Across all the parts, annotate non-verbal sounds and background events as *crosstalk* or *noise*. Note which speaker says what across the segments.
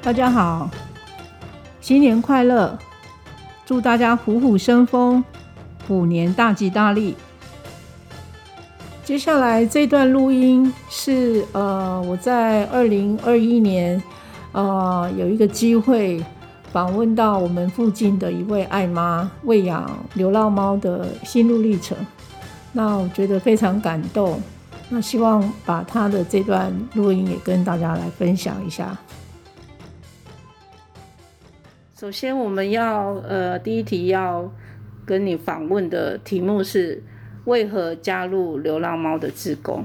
Speaker 1: 大家好，新年快乐！祝大家虎虎生风，虎年大吉大利。接下来这段录音是呃，我在二零二一年呃有一个机会访问到我们附近的一位爱妈喂养流浪猫的心路历程，那我觉得非常感动。那希望把她的这段录音也跟大家来分享一下。
Speaker 2: 首先，我们要呃，第一题要跟你访问的题目是为何加入流浪猫的志工？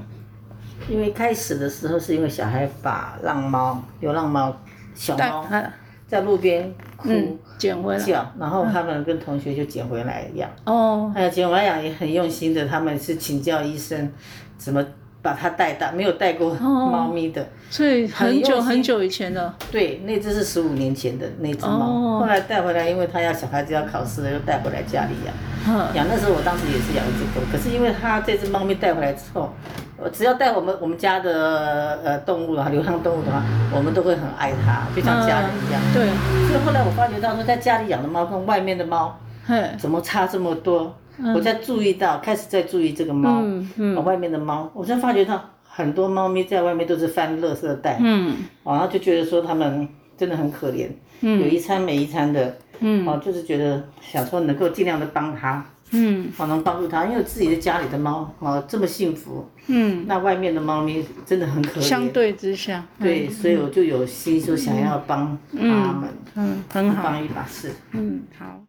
Speaker 3: 因为开始的时候是因为小孩把浪猫、流浪猫、小
Speaker 2: 但
Speaker 3: 猫
Speaker 2: 呃
Speaker 3: 在路边哭
Speaker 2: 嗯，捡回来
Speaker 3: 叫，然后他们跟同学就捡回来养。
Speaker 2: 哦，
Speaker 3: 哎呀，捡回来养也很用心的，他们是请教医生怎么把它带大，没有带过
Speaker 2: 哦
Speaker 3: 猫咪的。
Speaker 2: 所以很
Speaker 3: 很用
Speaker 2: 久
Speaker 3: 心
Speaker 2: 很久以前了，
Speaker 3: 对，那只是十五年前的那只猫，
Speaker 2: 哦
Speaker 3: 后来带回来，因为他要小孩子要考试了，又带回来家里养。
Speaker 2: 嗯，
Speaker 3: 养那时候我当时也是养一只狗，可是因为它这只猫咪带回来之后，我只要带我们我们家的呃动物啊，流浪动物的话，我们都会很爱它，就像家人一样。
Speaker 2: 对，
Speaker 3: 所以后来我发觉到说，在家里养的猫跟外面的猫
Speaker 2: 嘿，
Speaker 3: 怎么差这么多，我才注意到，开始在注意这个猫，
Speaker 2: 嗯嗯
Speaker 3: 呃外面的猫，我才发觉到很多猫咪在外面都是翻垃圾袋，
Speaker 2: 嗯
Speaker 3: 哦然后就觉得说它们真的很可怜，有一餐没一餐的，
Speaker 2: 嗯
Speaker 3: 哦，就是觉得想说能够尽量的帮它。
Speaker 2: 嗯
Speaker 3: 好能帮助它，因为自己的家里的猫啊这么幸福，
Speaker 2: 嗯，
Speaker 3: 那外面的猫咪真的很可怜。
Speaker 2: 相对之下，
Speaker 3: 对，所以我就有心说想要帮他们，
Speaker 2: 嗯，很好，
Speaker 3: 帮一把是。
Speaker 2: 嗯，好。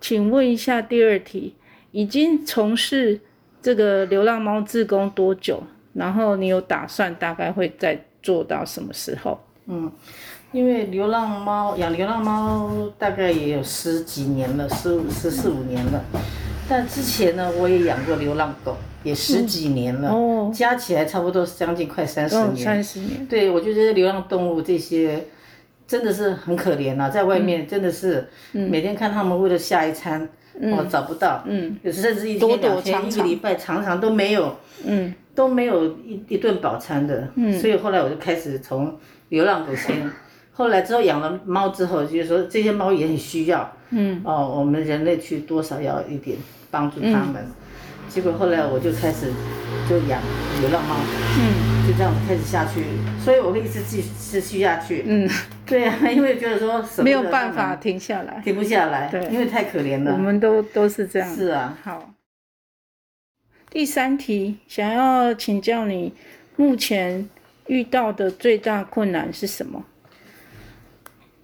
Speaker 2: 请问一下第二题，已经从事这个流浪猫志工多久？然后你有打算大概会再做到什么时候？
Speaker 3: 嗯因为流浪猫养流浪猫大概也有十几年了，十五十四五年了。但之前呢，我也养过流浪狗，也十几年了，
Speaker 2: 嗯哦
Speaker 3: 加起来差不多将近快三十
Speaker 2: 嗯，
Speaker 3: 年。
Speaker 2: 三十年。
Speaker 3: 对，我就觉得流浪动物这些真的是很可怜啊呐、在外
Speaker 2: 嗯
Speaker 3: 面真的是每天看他们为了下一餐，哦找不到，
Speaker 2: 嗯
Speaker 3: 有时甚至一
Speaker 2: 躲
Speaker 3: 天
Speaker 2: 躲
Speaker 3: 两
Speaker 2: 藏
Speaker 3: 天一个
Speaker 2: 藏
Speaker 3: 礼拜常常都没有
Speaker 2: 嗯
Speaker 3: 都没有一一顿饱餐的，所以后来我就开始从流浪狗先，后来之后养了猫之后，就是说这些猫也很需要，
Speaker 2: 嗯，
Speaker 3: 哦，我们人类去多少要一点帮助它们，
Speaker 2: 嗯
Speaker 3: 结果后来我就开始就养流浪猫，
Speaker 2: 嗯
Speaker 3: 就这样开始下去，所以我会一直继续持续下去，
Speaker 2: 嗯，
Speaker 3: 对啊，因为觉得说舍不得
Speaker 2: 没有办
Speaker 3: 它
Speaker 2: 法
Speaker 3: 们
Speaker 2: 停下来，
Speaker 3: 停不下来，
Speaker 2: 对
Speaker 3: 因为太可怜
Speaker 2: 我
Speaker 3: 了，
Speaker 2: 们都都是这样。
Speaker 3: 是啊，
Speaker 2: 好。第三题，想要请教你，目前遇到的最大困难是什么？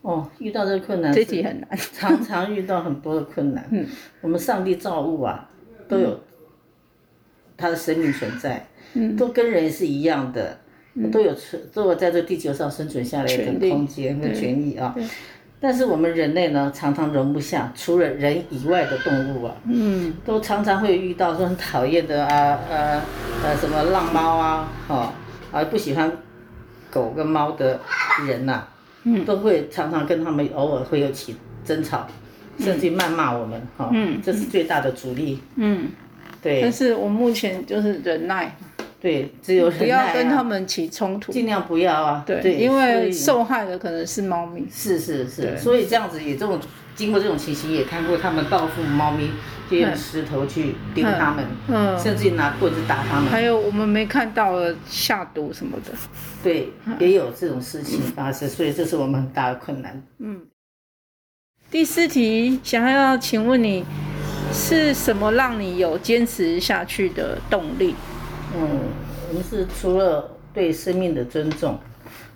Speaker 3: 哦，遇到这个困难
Speaker 2: 这
Speaker 3: 是，
Speaker 2: 题很难。
Speaker 3: 常 *laughs* 常遇到很多的困难。
Speaker 2: 嗯
Speaker 3: 我们上帝造物啊，都有他的生命存在，
Speaker 2: 嗯
Speaker 3: 都跟人是一样的，都有存，都有在这地球上生存下来
Speaker 2: 权
Speaker 3: 的
Speaker 2: 利
Speaker 3: 空间跟
Speaker 2: 对
Speaker 3: 权益啊
Speaker 2: 对。
Speaker 3: 但是我们人类呢，常常容不下除了人以外的动物啊，
Speaker 2: 嗯
Speaker 3: 都常常会遇到说很讨厌的啊呃呃什么浪猫啊，哦啊不喜欢狗跟猫的人啊呐、
Speaker 2: 嗯
Speaker 3: 都会常常跟他们偶尔会有起争吵，甚至于谩骂我们哈、哦
Speaker 2: 嗯
Speaker 3: 这是最大的阻力。
Speaker 2: 嗯，但
Speaker 3: 对
Speaker 2: 是我目前就是忍耐，
Speaker 3: 对，只有
Speaker 2: 不
Speaker 3: 忍耐、啊、
Speaker 2: 要跟他们起冲突。
Speaker 3: 尽量不要啊，
Speaker 2: 对，
Speaker 3: 对
Speaker 2: 因为
Speaker 3: 所以
Speaker 2: 受害的可能是猫咪。
Speaker 3: 是是
Speaker 2: 对
Speaker 3: 是，所以这样子也这种经过这种情形也看过他们报复猫咪，就用
Speaker 2: 嗯
Speaker 3: 石头去丢它们，
Speaker 2: 嗯，
Speaker 3: 甚至于拿棍子打它们。
Speaker 2: 还有我们没看到的下毒什么的。
Speaker 3: 对，
Speaker 2: 嗯
Speaker 3: 也有这种事情发生，所以这是我们很大的困难。
Speaker 2: 第四题，想要请问你，是什么让你有坚持下去的动力？
Speaker 3: 嗯，我们是除了对生命的尊重，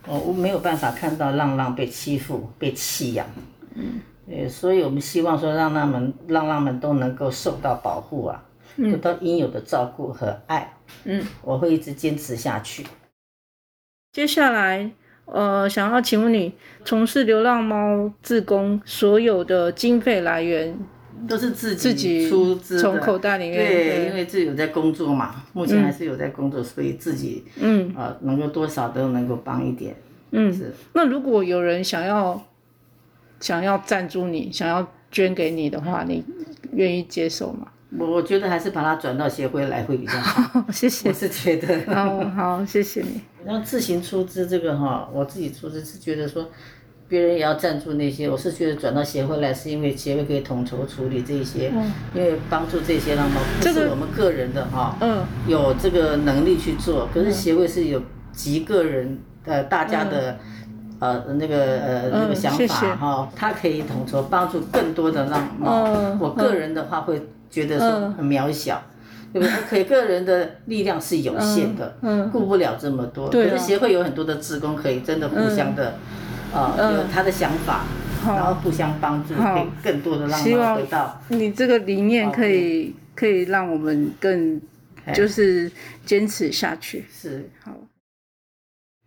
Speaker 3: 哦，我没有办法看到浪浪被欺负、被弃养。嗯，对，所以我们希望说让他们、浪浪们都能够受到保护啊，得到应有的照顾和爱。
Speaker 2: 嗯，
Speaker 3: 我会一直坚持下去。
Speaker 2: 接下来，呃，想要请问你，从事流浪猫志工所有的经费来源，
Speaker 3: 都是自己
Speaker 2: 自己
Speaker 3: 出资的
Speaker 2: 从口袋里面对
Speaker 3: 对，因为自己有在工作嘛，目前还是有在工作，所以自己
Speaker 2: 嗯
Speaker 3: 呃能够多少都能够帮一点。
Speaker 2: 嗯，
Speaker 3: 是，
Speaker 2: 那如果有人想要想要赞助你，想要捐给你的话，你愿意接受吗？
Speaker 3: 我我觉得还是把它转到协会来会比较好。
Speaker 2: 哦 *laughs* 谢谢
Speaker 3: 我。是觉得，
Speaker 2: 好，好，谢谢你。
Speaker 3: 然后自行出资这个哈，我自己出资是觉得说，别人也要赞助那些，我是觉得转到协会来是因为协会可以统筹处理这些，因为帮助这些浪猫，
Speaker 2: 嗯
Speaker 3: 不
Speaker 2: 这
Speaker 3: 是
Speaker 2: 个
Speaker 3: 我们个人的哈，
Speaker 2: 嗯，
Speaker 3: 有这个能力去做，可是协会是有集个人呃大家的。呃，那个呃，那个
Speaker 2: 嗯
Speaker 3: 想
Speaker 2: 谢谢
Speaker 3: 法哈，它可以统筹帮助更多的浪猫。
Speaker 2: 嗯
Speaker 3: 我个人的话会觉得说
Speaker 2: 嗯
Speaker 3: 很渺小，对不对？可以个人的力量是有限的，
Speaker 2: 嗯嗯
Speaker 3: 顾不了这么多。
Speaker 2: 对啊
Speaker 3: 可是协会有很多的职工可以真的互相的，呃，有他的想法，
Speaker 2: 好
Speaker 3: 然后互相帮助，
Speaker 2: 好
Speaker 3: 可以更多的让
Speaker 2: 希
Speaker 3: 猫
Speaker 2: 望
Speaker 3: 回到
Speaker 2: 你这个理念可以可以让我们更就是坚持下去。
Speaker 3: 是
Speaker 2: 好，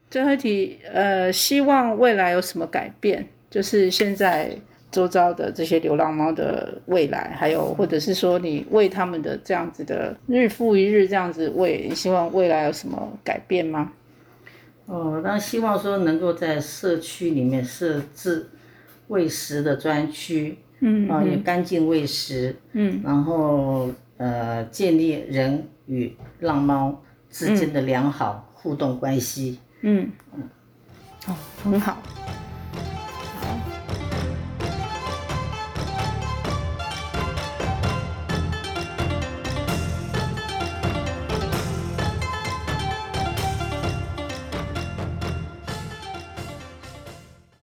Speaker 2: 最后一题，呃，希望未来有什么改变？就是现在周遭的这些流浪猫的未来，还有或者是说你喂它们的这样子的日复一日这样子喂，你希望未来有什么改变吗？
Speaker 3: 哦，那希望说能够在社区里面设置喂食的专区，
Speaker 2: 嗯
Speaker 3: 啊、也干净喂食，
Speaker 2: 嗯，
Speaker 3: 然后呃，建立人与浪猫嗯之间的良好互动关系。
Speaker 2: 嗯，哦，很好，